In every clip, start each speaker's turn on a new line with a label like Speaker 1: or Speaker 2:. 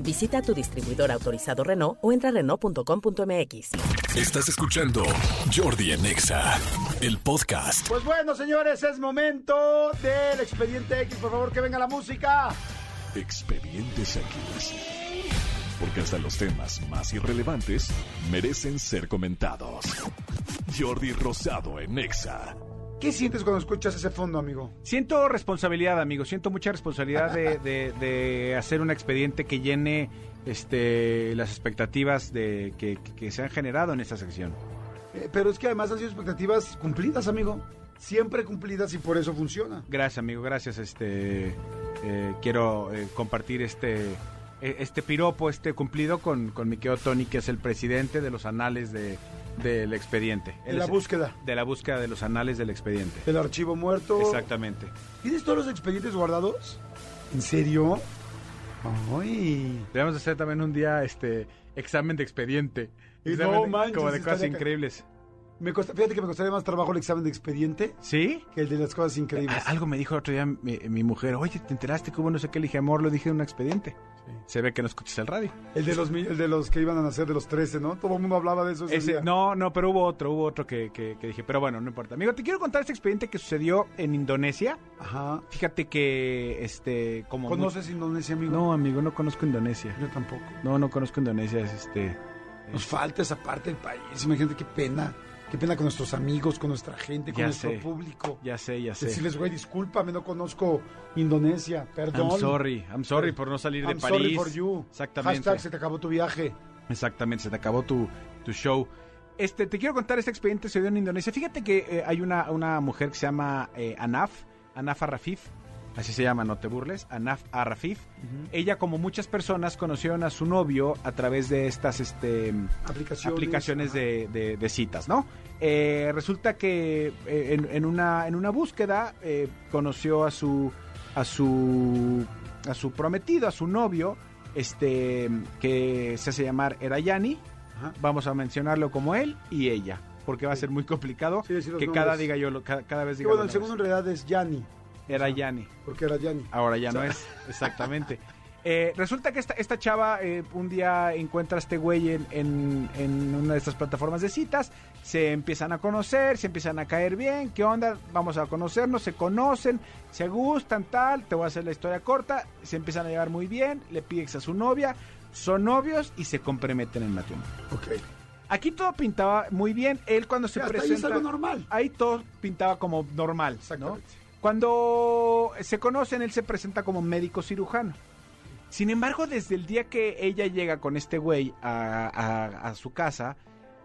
Speaker 1: Visita tu distribuidor autorizado Renault o entra a renault.com.mx.
Speaker 2: Estás escuchando Jordi en EXA, el podcast.
Speaker 3: Pues bueno, señores, es momento del expediente X. Por favor, que venga la música.
Speaker 2: Expedientes X. Porque hasta los temas más irrelevantes merecen ser comentados. Jordi Rosado en EXA.
Speaker 3: ¿Qué sientes cuando escuchas ese fondo, amigo?
Speaker 4: Siento responsabilidad, amigo. Siento mucha responsabilidad de, de- de hacer un expediente que llene este, las expectativas de, que, que se han generado en esta sección.
Speaker 3: Eh, pero es que además han sido expectativas cumplidas, amigo. Siempre cumplidas y por eso funciona.
Speaker 4: Gracias, amigo. Gracias. Este, eh, quiero eh, compartir este, eh, este piropo, este cumplido con, con mi querido Tony, que es el presidente de los anales de- del expediente.
Speaker 3: En
Speaker 4: Él
Speaker 3: la
Speaker 4: es-
Speaker 3: búsqueda.
Speaker 4: De la búsqueda de los anales del expediente.
Speaker 3: El archivo muerto.
Speaker 4: Exactamente.
Speaker 3: ¿Tienes todos los expedientes guardados? ¿En serio? Ay.
Speaker 4: Debemos hacer también un día este examen de expediente.
Speaker 3: Y
Speaker 4: Examen
Speaker 3: no
Speaker 4: de-
Speaker 3: manches,
Speaker 4: como de cosas
Speaker 3: estaría ca-
Speaker 4: increíbles.
Speaker 3: Me costa- fíjate que me costaría más trabajo el examen de expediente
Speaker 4: ¿Sí?
Speaker 3: que el de las cosas increíbles.
Speaker 4: A- algo me dijo el otro día mi, mi mujer, oye, ¿te enteraste que hubo no sé qué? Le dije, amor, lo dije en un expediente. Se ve que no escuchas el radio.
Speaker 3: El de los mi- el de los que iban a nacer de los 13, ¿no? Todo el mundo hablaba de eso ese,
Speaker 4: Ese-
Speaker 3: día.
Speaker 4: no, no, pero hubo otro, hubo otro que, que- que dije, pero bueno, no importa. Amigo, te quiero contar este expediente que sucedió en Indonesia.
Speaker 3: Ajá.
Speaker 4: Fíjate que, este, como... mu-
Speaker 3: ¿Conoces Indonesia, amigo?
Speaker 4: No, amigo, no conozco Indonesia.
Speaker 3: Yo tampoco.
Speaker 4: No, no conozco Indonesia, es este...
Speaker 3: Nos falta esa parte del país. Imagínate qué pena. Qué pena con nuestros amigos, con nuestra gente, con
Speaker 4: Ya
Speaker 3: nuestro
Speaker 4: sé.
Speaker 3: público.
Speaker 4: Ya sé, ya sé.
Speaker 3: Decirles, güey, discúlpame, no conozco Indonesia. Perdón.
Speaker 4: I'm sorry, I'm sorry por no salir de
Speaker 3: I'm
Speaker 4: París.
Speaker 3: sorry for you.
Speaker 4: Exactamente.
Speaker 3: Hashtag se te acabó tu viaje.
Speaker 4: Exactamente, se te acabó tu, tu show. Este, te quiero contar este expediente que se dio en Indonesia. Fíjate que eh, hay una, una mujer que se llama eh, Anaf, Anaf Arrafif, así se llama, no te burles, Anaf Arrafif. Ella, como muchas personas, conocieron a su novio a través de estas este,
Speaker 3: Aplicaciones.
Speaker 4: aplicaciones
Speaker 3: ajá.
Speaker 4: de, de- de citas, ¿no? Eh, resulta que eh, en, en una, en una búsqueda eh, conoció a su, a su a su prometido, a su novio, este que se hace llamar Erayani.
Speaker 3: Ajá.
Speaker 4: Vamos a mencionarlo como él y ella, porque va a ser muy complicado
Speaker 3: Sí, decir los
Speaker 4: que
Speaker 3: nombres.
Speaker 4: cada diga yo lo- ca- cada, vez
Speaker 3: Que
Speaker 4: diga
Speaker 3: bueno,
Speaker 4: yo
Speaker 3: el segundo en realidad es Yanni,
Speaker 4: Erayani.
Speaker 3: porque era Yanni.
Speaker 4: Ahora ya no es, exactamente. Eh, resulta que esta, esta chava eh, un día encuentra a este güey en, en- en una de estas plataformas de citas, se empiezan a conocer, se empiezan a caer bien, ¿qué onda? Vamos a conocernos, se conocen, se gustan, tal, te voy a hacer la historia corta, se empiezan a llevar muy bien, le pides a su novia, son novios y se comprometen en matrimonio.
Speaker 3: Ok.
Speaker 4: Aquí todo pintaba muy bien, él cuando se
Speaker 3: Hasta ahí es
Speaker 4: presenta,
Speaker 3: algo normal.
Speaker 4: ahí todo pintaba como normal, ¿no?
Speaker 3: Exactamente.
Speaker 4: Cuando se conocen, él se presenta como médico cirujano. Sin embargo, desde el día que ella llega con este güey a, a- a su casa,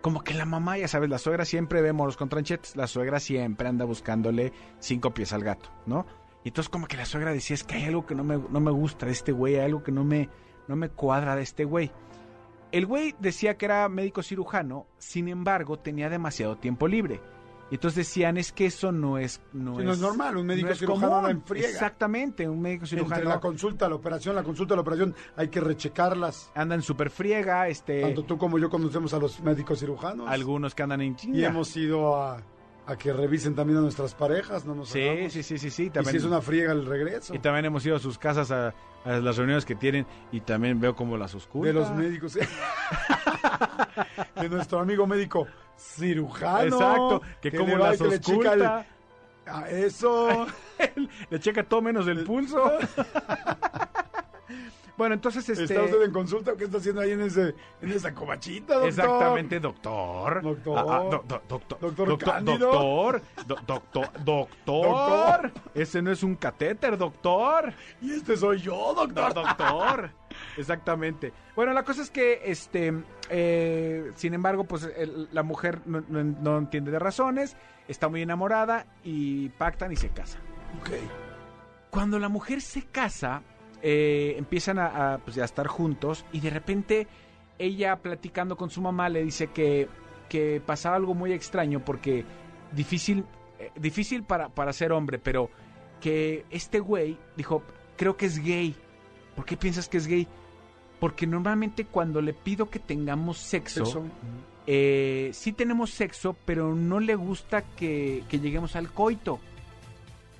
Speaker 4: como que la mamá, ya sabes, la suegra siempre ve moros con tranchetes. La suegra siempre anda buscándole cinco pies al gato, ¿no? Y entonces como que la suegra decía, es que hay algo que no me, no me gusta de este güey, hay algo que no me, no me cuadra de este güey. El güey decía que era médico cirujano, sin embargo, tenía demasiado tiempo libre. Y entonces decían, es que eso no es... No,
Speaker 3: Sí, no es normal, un médico cirujano
Speaker 4: común.
Speaker 3: la enfriega.
Speaker 4: Exactamente, un médico cirujano
Speaker 3: Entre la consulta, la operación, la consulta, la operación, hay que rechecarlas.
Speaker 4: andan súper friega, este,
Speaker 3: Tanto tú como yo conocemos a los médicos cirujanos.
Speaker 4: algunos que andan en
Speaker 3: Y
Speaker 4: chinga.
Speaker 3: hemos ido a, a que revisen también a nuestras parejas, no nos
Speaker 4: sí,
Speaker 3: hagamos.
Speaker 4: sí, sí, sí, sí,
Speaker 3: Y si
Speaker 4: también.
Speaker 3: es una friega el regreso.
Speaker 4: y también hemos ido a sus casas a, a las reuniones que tienen y también veo como las oscuras.
Speaker 3: De los médicos. de nuestro amigo médico cirujano.
Speaker 4: Exacto, que como
Speaker 3: le va y
Speaker 4: las
Speaker 3: Ah, que le checa el-
Speaker 4: oscuras.
Speaker 3: a eso.
Speaker 4: Le checa todo menos el pulso. bueno, entonces este
Speaker 3: ¿Está usted en consulta? ¿Qué está haciendo ahí en, ese, en esa cobachita, doctor?
Speaker 4: Exactamente, doctor. Ah,
Speaker 3: Doctor.
Speaker 4: do- do- doctor.
Speaker 3: Doctor
Speaker 4: Doctor.
Speaker 3: Cándido.
Speaker 4: Doctor. do- doctor. Doctor. Ese no es un catéter, doctor.
Speaker 3: Y este soy yo,
Speaker 4: No,
Speaker 3: doctor.
Speaker 4: doctor. Exactamente. Bueno, la cosa es que, este, eh, sin embargo, pues el- la mujer no, no- no entiende de razones, está muy enamorada y pactan y se casan.
Speaker 3: Ok.
Speaker 4: Cuando la mujer se casa, eh, empiezan a, a, pues, a estar juntos y de repente ella platicando con su mamá le dice que que pasaba algo muy extraño porque difícil, eh, difícil para, para ser hombre, pero que este güey dijo, creo que es gay. ¿Por qué piensas que es gay? Porque normalmente cuando le pido que tengamos sexo,
Speaker 3: Sexo.
Speaker 4: eh, sí tenemos sexo, pero no le gusta que, que lleguemos al coito.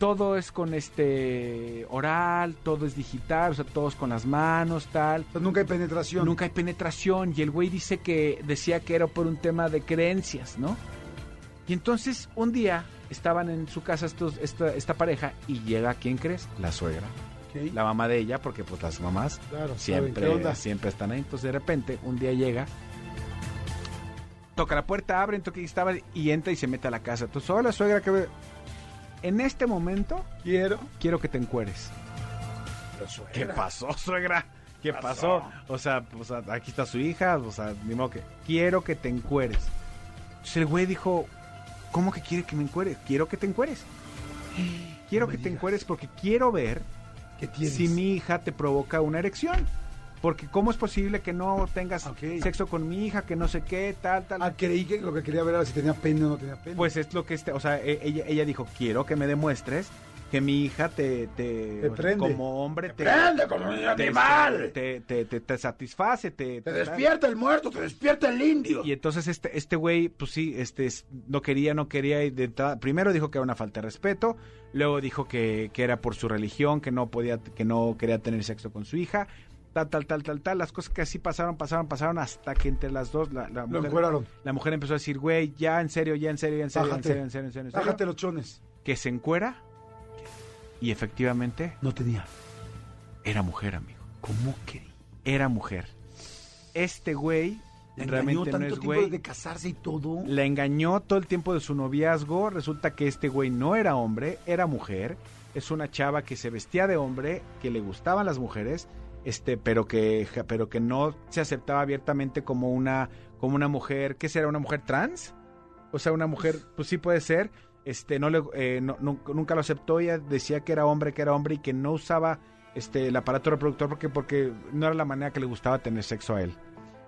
Speaker 4: Todo es con este oral, todo es digital, o sea, todos con las manos, tal.
Speaker 3: Pues nunca hay penetración.
Speaker 4: Nunca hay penetración. Y el güey dice que decía que era por un tema de creencias, ¿no? Y entonces un día estaban en su casa estos, esta, esta pareja y llega, ¿quién crees? La suegra.
Speaker 3: Ok.
Speaker 4: La mamá de ella, porque pues las mamás
Speaker 3: Claro, saben
Speaker 4: siempre,
Speaker 3: qué onda.
Speaker 4: siempre están ahí. Entonces de repente un día llega, toca la puerta, abre, toca y estaba y entra y se mete a la casa. Entonces, hola suegra, que en este momento
Speaker 3: Quiero.
Speaker 4: quiero que te encueres. ¿Qué pasó, suegra? ¿Qué pasó? O sea, o sea, aquí está su hija, o sea, ni modo que. Quiero que te encueres. Entonces el güey dijo, ¿cómo que quiere que me encuere? Quiero que te encueres. Quiero
Speaker 3: me
Speaker 4: que te
Speaker 3: digas.
Speaker 4: encueres porque quiero ver
Speaker 3: ¿Qué tienes?
Speaker 4: si mi hija te provoca una erección. Porque cómo es posible que no tengas
Speaker 3: Ok.
Speaker 4: sexo con mi hija, que no sé qué, tal, tal.
Speaker 3: Ah, creí que lo que quería ver era si tenía pene o no tenía pene.
Speaker 4: Pues es lo que este, o sea, e- ella, ella dijo, quiero que me demuestres que mi hija te, te,
Speaker 3: Te prende.
Speaker 4: como hombre te,
Speaker 3: como un
Speaker 4: te- Te, te, te- te satisface, te, te-
Speaker 3: el muerto, te despierta el indio.
Speaker 4: Y entonces este este güey, pues sí, este es- no quería, no quería y de entrada- Primero dijo que era una falta de respeto, luego dijo que, que era por su religión, que no podía, que no quería tener sexo con su hija, tal, tal, tal, tal, tal. Las cosas que así pasaron, pasaron, pasaron, hasta que entre las dos la, la
Speaker 3: Lo
Speaker 4: mujer,
Speaker 3: encueraron.
Speaker 4: la mujer empezó a decir, güey, ya en serio, ya en serio, ya en serio, ya en
Speaker 3: Bájate.
Speaker 4: serio, en serio, en serio, en serio".
Speaker 3: Bájate los chones.
Speaker 4: que se encuera y efectivamente
Speaker 3: No tenía.
Speaker 4: era mujer, amigo.
Speaker 3: ¿Cómo creí?
Speaker 4: Era mujer. Este güey
Speaker 3: La engañó
Speaker 4: realmente
Speaker 3: tanto
Speaker 4: no es
Speaker 3: tiempo
Speaker 4: güey.
Speaker 3: de casarse y todo.
Speaker 4: La engañó todo el tiempo de su noviazgo. Resulta que este güey no era hombre, era mujer. Es una chava que se vestía de hombre, que le gustaban las mujeres, este, pero que, pero que no se aceptaba abiertamente como una, como una mujer. ¿Qué será? ¿Una mujer trans? O sea, una mujer, pues sí puede ser. Este, no le, eh, no- nu- nunca lo aceptó. Ella decía que era hombre, que era hombre y que no usaba este, el aparato reproductor porque, porque no era la manera que le gustaba tener sexo a él.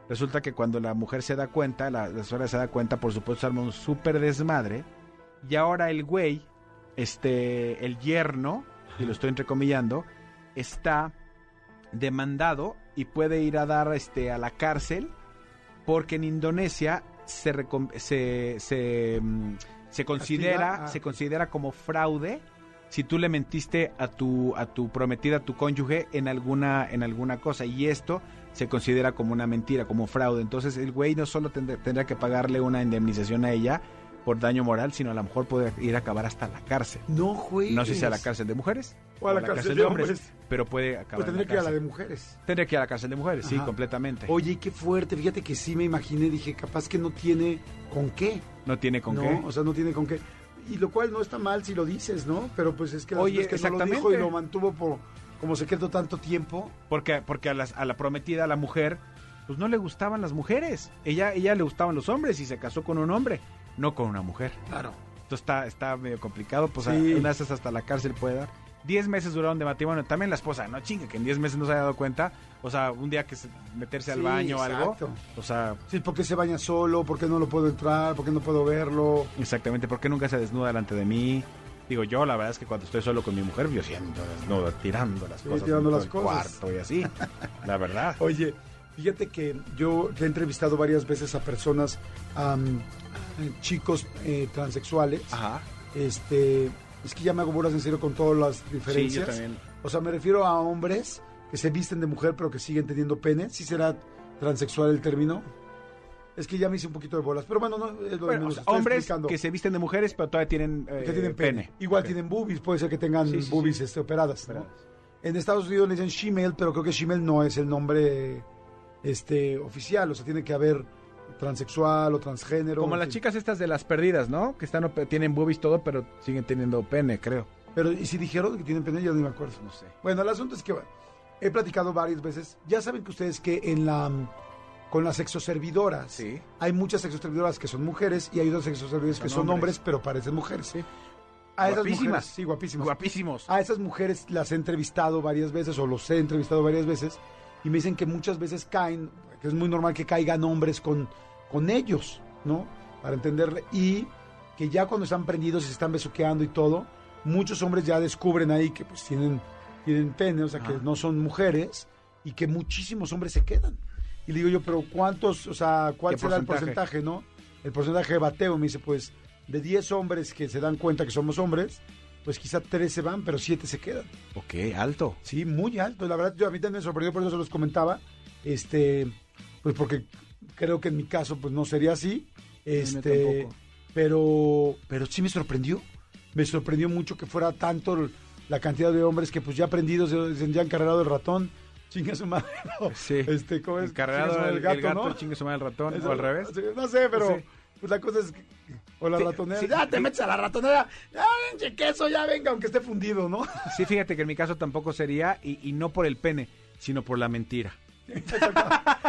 Speaker 4: Resulta que cuando la mujer se da cuenta, la, la suegra se da cuenta, por supuesto, se arma un súper desmadre. Y ahora el güey, este, el yerno, y lo estoy entrecomillando, está demandado y puede ir a dar este, a la cárcel porque en Indonesia se, recom- se, se, mm, se considera,
Speaker 3: ah.
Speaker 4: se considera como fraude si tú le mentiste a tu, a tu prometida, a tu cónyuge en alguna, en alguna cosa. Y esto se considera como una mentira, como fraude. Entonces el güey no solo tendrá, tendrá que pagarle una indemnización a ella por daño moral, sino a lo mejor puede ir a acabar hasta la cárcel.
Speaker 3: No, güey.
Speaker 4: No sé si a la cárcel de mujeres
Speaker 3: O a la cárcel de hombres.
Speaker 4: pero puede
Speaker 3: Pues
Speaker 4: acabar en
Speaker 3: tendría
Speaker 4: la
Speaker 3: que ir a la de
Speaker 4: cárcel.
Speaker 3: mujeres.
Speaker 4: Tendría que ir a la cárcel de mujeres, sí,
Speaker 3: Ajá.
Speaker 4: completamente.
Speaker 3: Oye, qué fuerte. Fíjate que sí me imaginé. Dije, capaz que no tiene con qué.
Speaker 4: No tiene con
Speaker 3: no,
Speaker 4: qué.
Speaker 3: o sea, no tiene con qué. Y lo cual no está mal si lo dices, ¿no? Pero pues es que la
Speaker 4: Oye,
Speaker 3: es que no lo dijo
Speaker 4: exactamente.
Speaker 3: y lo mantuvo por como secreto tanto tiempo.
Speaker 4: Porque, porque a, las- a la prometida, a la mujer, pues no le gustaban las mujeres. Ella, ella le gustaban los hombres y se casó con un hombre, no con una mujer.
Speaker 3: Claro.
Speaker 4: Esto está, está medio complicado, pues
Speaker 3: Sí.
Speaker 4: a, una de esas hasta la cárcel puede dar. Diez meses duraron de matrimonio, también la esposa, no chinga, que en diez meses no se haya dado cuenta. O sea, un día que se- meterse al
Speaker 3: Sí,
Speaker 4: baño o algo.
Speaker 3: exacto.
Speaker 4: O sea,
Speaker 3: Sí, ¿por qué se baña solo? ¿Por qué no lo puedo entrar? ¿Por qué no puedo verlo?
Speaker 4: exactamente, ¿por qué nunca se desnuda delante de mí? Digo, yo la verdad es que cuando estoy solo con mi mujer, yo siento desnudo, tirando las
Speaker 3: Sí,
Speaker 4: cosas.
Speaker 3: tirando
Speaker 4: en todo
Speaker 3: las
Speaker 4: el
Speaker 3: cosas.
Speaker 4: Cuarto y así, la verdad.
Speaker 3: Oye, fíjate que yo he entrevistado varias veces a personas, am, eh, chicos eh, transexuales.
Speaker 4: Ajá.
Speaker 3: Este, es que ya me hago bolas en serio con todas las
Speaker 4: Sí, yo
Speaker 3: diferencias.
Speaker 4: también.
Speaker 3: O sea, me refiero a hombres que se visten de mujer pero que siguen teniendo pene. ¿Sí será transexual el término? Es que ya me hice un poquito de bolas. Pero bueno, no es lo de
Speaker 4: Bueno,
Speaker 3: menos,
Speaker 4: o sea,
Speaker 3: estoy
Speaker 4: hombres
Speaker 3: explicando.
Speaker 4: que se visten de mujeres, pero todavía tienen, eh,
Speaker 3: que tienen pene. Igual tienen boobies, puede ser que tengan
Speaker 4: Sí, sí,
Speaker 3: boobies
Speaker 4: sí.
Speaker 3: este, operadas. ¿no?
Speaker 4: Operadas.
Speaker 3: En Estados Unidos le dicen shemale, pero creo que shemale no es el nombre este, oficial. O sea, tiene que haber transexual o transgénero.
Speaker 4: Como
Speaker 3: en
Speaker 4: las
Speaker 3: fin.
Speaker 4: chicas estas de las perdidas, ¿no? Que están op- tienen boobies todo, pero siguen teniendo pene, creo.
Speaker 3: Pero, ¿y si dijeron que tienen pene? Yo no me acuerdo.
Speaker 4: No sé.
Speaker 3: Bueno, el asunto es que bueno, he platicado varias veces. Ya saben que ustedes que en la mm, con las sexoservidoras
Speaker 4: Sí.
Speaker 3: hay muchas sexoservidoras que son mujeres y hay otras sexoservidoras que son
Speaker 4: Son
Speaker 3: hombres,
Speaker 4: hombres.
Speaker 3: pero parecen mujeres.
Speaker 4: Sí.
Speaker 3: A esas
Speaker 4: Guapísimas.
Speaker 3: mujeres, sí, guapísimas.
Speaker 4: Guapísimos.
Speaker 3: a esas mujeres las he entrevistado varias veces o los he entrevistado varias veces y me dicen que muchas veces caen, que es muy normal que caigan hombres con, con ellos. ¿no? Para entenderle. Y que ya cuando están prendidos y se están besuqueando y todo, muchos hombres ya descubren ahí que pues tienen, tienen pene, o sea, que
Speaker 4: Ah.
Speaker 3: no son mujeres y que muchísimos hombres se quedan. Y le digo yo, pero ¿cuántos, o sea, cuál
Speaker 4: ¿Qué
Speaker 3: será el porcentaje,
Speaker 4: porcentaje?
Speaker 3: no? El porcentaje de bateo, me dice, pues de 10 hombres que se dan cuenta que somos hombres, pues quizá 3 se van, pero 7 se quedan.
Speaker 4: Ah, Ok, alto.
Speaker 3: Sí, muy alto. La verdad, yo a mí también me sorprendió, por eso se los comentaba. Este, pues porque creo que en mi caso, pues no sería así. Este,
Speaker 4: tampoco.
Speaker 3: pero, pero sí me sorprendió. Me sorprendió mucho que fuera tanto l- la cantidad de hombres que pues ya aprendidos se ya encargado el ratón. Chinga su madre. ¿no?
Speaker 4: Sí.
Speaker 3: Este, ¿cómo es? Chinga su
Speaker 4: Encargado
Speaker 3: madre
Speaker 4: el, el gato,
Speaker 3: ¿no?
Speaker 4: chingue su madre el ratón,
Speaker 3: Eso,
Speaker 4: o al revés.
Speaker 3: sí, No sé, pero
Speaker 4: No sé.
Speaker 3: pues la cosa es que- o la
Speaker 4: Sí,
Speaker 3: ratonera.
Speaker 4: sí.
Speaker 3: Ya te metes a la ratonera. Ya, pinche queso, ya venga, aunque esté fundido, ¿no?
Speaker 4: Sí, fíjate que en mi caso tampoco sería, y, y no por el pene, sino por la mentira.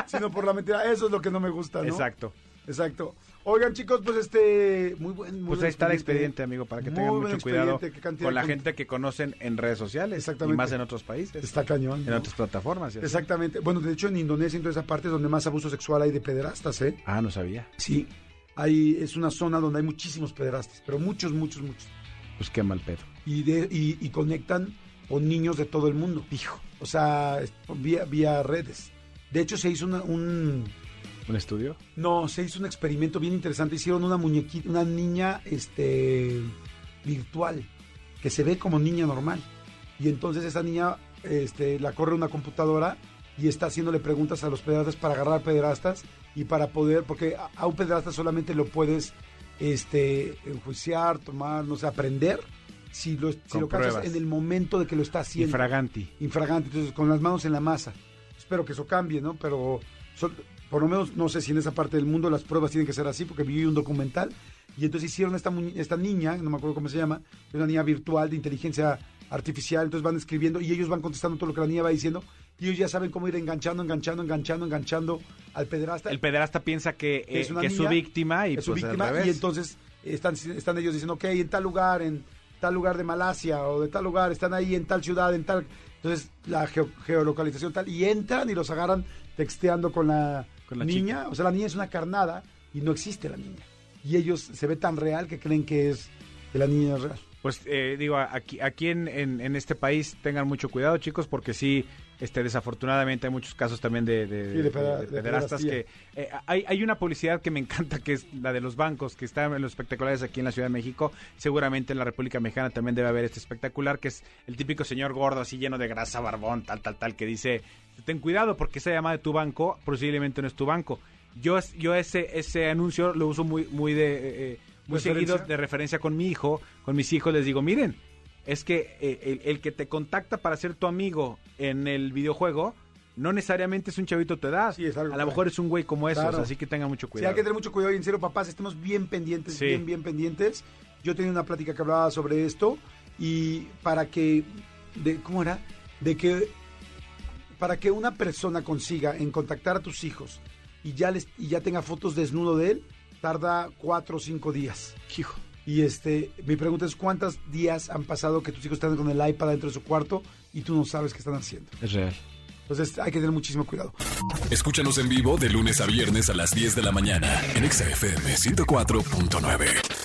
Speaker 3: Sino por la mentira. Eso es lo que no me gusta, ¿no?
Speaker 4: Exacto.
Speaker 3: Exacto. Oigan, chicos, pues este. Muy buen. muy
Speaker 4: Pues
Speaker 3: buen
Speaker 4: ahí está el expediente, amigo, para que
Speaker 3: Muy
Speaker 4: tengan
Speaker 3: buen
Speaker 4: mucho cuidado
Speaker 3: expediente, qué
Speaker 4: con
Speaker 3: cantidad
Speaker 4: la
Speaker 3: de-
Speaker 4: gente que conocen en redes sociales.
Speaker 3: Exactamente.
Speaker 4: Y más en otros países.
Speaker 3: Está cañón.
Speaker 4: en
Speaker 3: ¿no?
Speaker 4: otras plataformas. y así.
Speaker 3: Exactamente. Bueno, de hecho, en Indonesia, en toda esa parte es donde más abuso sexual hay de pederastas, ¿eh?
Speaker 4: Ah, no sabía.
Speaker 3: Sí. Hay, es una zona donde hay muchísimos pederastas, pero muchos, muchos, muchos.
Speaker 4: Pues qué mal pedo.
Speaker 3: Y, de, y, y conectan con niños de todo el mundo. Hijo. O sea, es por- vía, vía redes. De hecho, se hizo una- un.
Speaker 4: ¿Un estudio?
Speaker 3: No, se hizo un experimento bien interesante. Hicieron una muñequita, una niña este, virtual, que se ve como niña normal. Y entonces esa niña este, la corre una computadora y está haciéndole preguntas a los pederastas para agarrar pederastas y para poder, porque a, a un pederasta solamente lo puedes este, enjuiciar, tomar, no sé, aprender, si lo, si
Speaker 4: Con
Speaker 3: lo cachas
Speaker 4: pruebas.
Speaker 3: en el momento de que lo está haciendo
Speaker 4: Infraganti.
Speaker 3: infragante, entonces con las manos en la masa. Espero que eso cambie, ¿no? Pero sol- por lo menos no sé si en esa parte del mundo las pruebas tienen que ser así, porque vi un documental y entonces hicieron esta, muñe- esta niña, no me acuerdo cómo se llama, es una niña virtual de inteligencia artificial, entonces van escribiendo y ellos van contestando todo lo que la niña va diciendo y ellos ya saben cómo ir enganchando, enganchando, enganchando, enganchando al pederasta.
Speaker 4: El pederasta piensa que, eh,
Speaker 3: Es una
Speaker 4: que es su
Speaker 3: niña,
Speaker 4: víctima y
Speaker 3: es su
Speaker 4: pues, al
Speaker 3: víctima,
Speaker 4: revés.
Speaker 3: y entonces están, están ellos diciendo, ok, en tal lugar, en tal lugar de Malasia o de tal lugar, están ahí en tal ciudad, en tal... Entonces la geo- geolocalización tal, y entran y los agarran texteando con la,
Speaker 4: Con la
Speaker 3: niña, o sea, la niña es una carnada y no existe la niña. Y ellos se ve tan real que creen que es que la niña es real.
Speaker 4: Pues eh, digo, aquí, aquí en, en- en este país tengan mucho cuidado, chicos, porque sí, este, desafortunadamente hay muchos casos también de, de,
Speaker 3: Sí, de peda- de
Speaker 4: pederastas
Speaker 3: pederastía.
Speaker 4: que... eh, hay, hay una publicidad que me encanta, que es la de los bancos, que está en los espectaculares aquí en la Ciudad de México. Seguramente en la República Mexicana también debe haber este espectacular, que es el típico señor gordo, así lleno de grasa, barbón, tal, tal, tal, que dice, ten cuidado porque esa llamada de tu banco posiblemente no es tu banco. Yo, es- yo ese, ese anuncio lo uso muy, muy de... eh, eh, muy
Speaker 3: ¿Referencia?
Speaker 4: seguido de referencia con mi hijo, con mis hijos, les digo, miren, es que eh, el, el que te contacta para ser tu amigo en el videojuego, no necesariamente es un chavito de tu edad.
Speaker 3: Sí, es algo
Speaker 4: a lo
Speaker 3: claro.
Speaker 4: mejor es un güey como esos,
Speaker 3: Claro.
Speaker 4: así que tengan mucho
Speaker 3: Sí, hay
Speaker 4: cuidado.
Speaker 3: que tener mucho cuidado y en serio, papás, estemos bien pendientes,
Speaker 4: Sí.
Speaker 3: bien, bien pendientes. Yo tenía una plática que hablaba sobre esto y para que, de, ¿cómo era? De que para que una persona consiga en contactar a tus hijos y ya les y ya tenga fotos desnudo de él, tarda cuatro o cinco días.
Speaker 4: Hijo.
Speaker 3: Y este, mi pregunta es cuántos días han pasado que tus hijos están con el iPad dentro de su cuarto y tú no sabes qué están haciendo.
Speaker 4: Es real.
Speaker 3: Entonces hay que tener muchísimo cuidado.
Speaker 2: Escúchanos en vivo de lunes a viernes a las 10 de la mañana en Exa FM 104.9.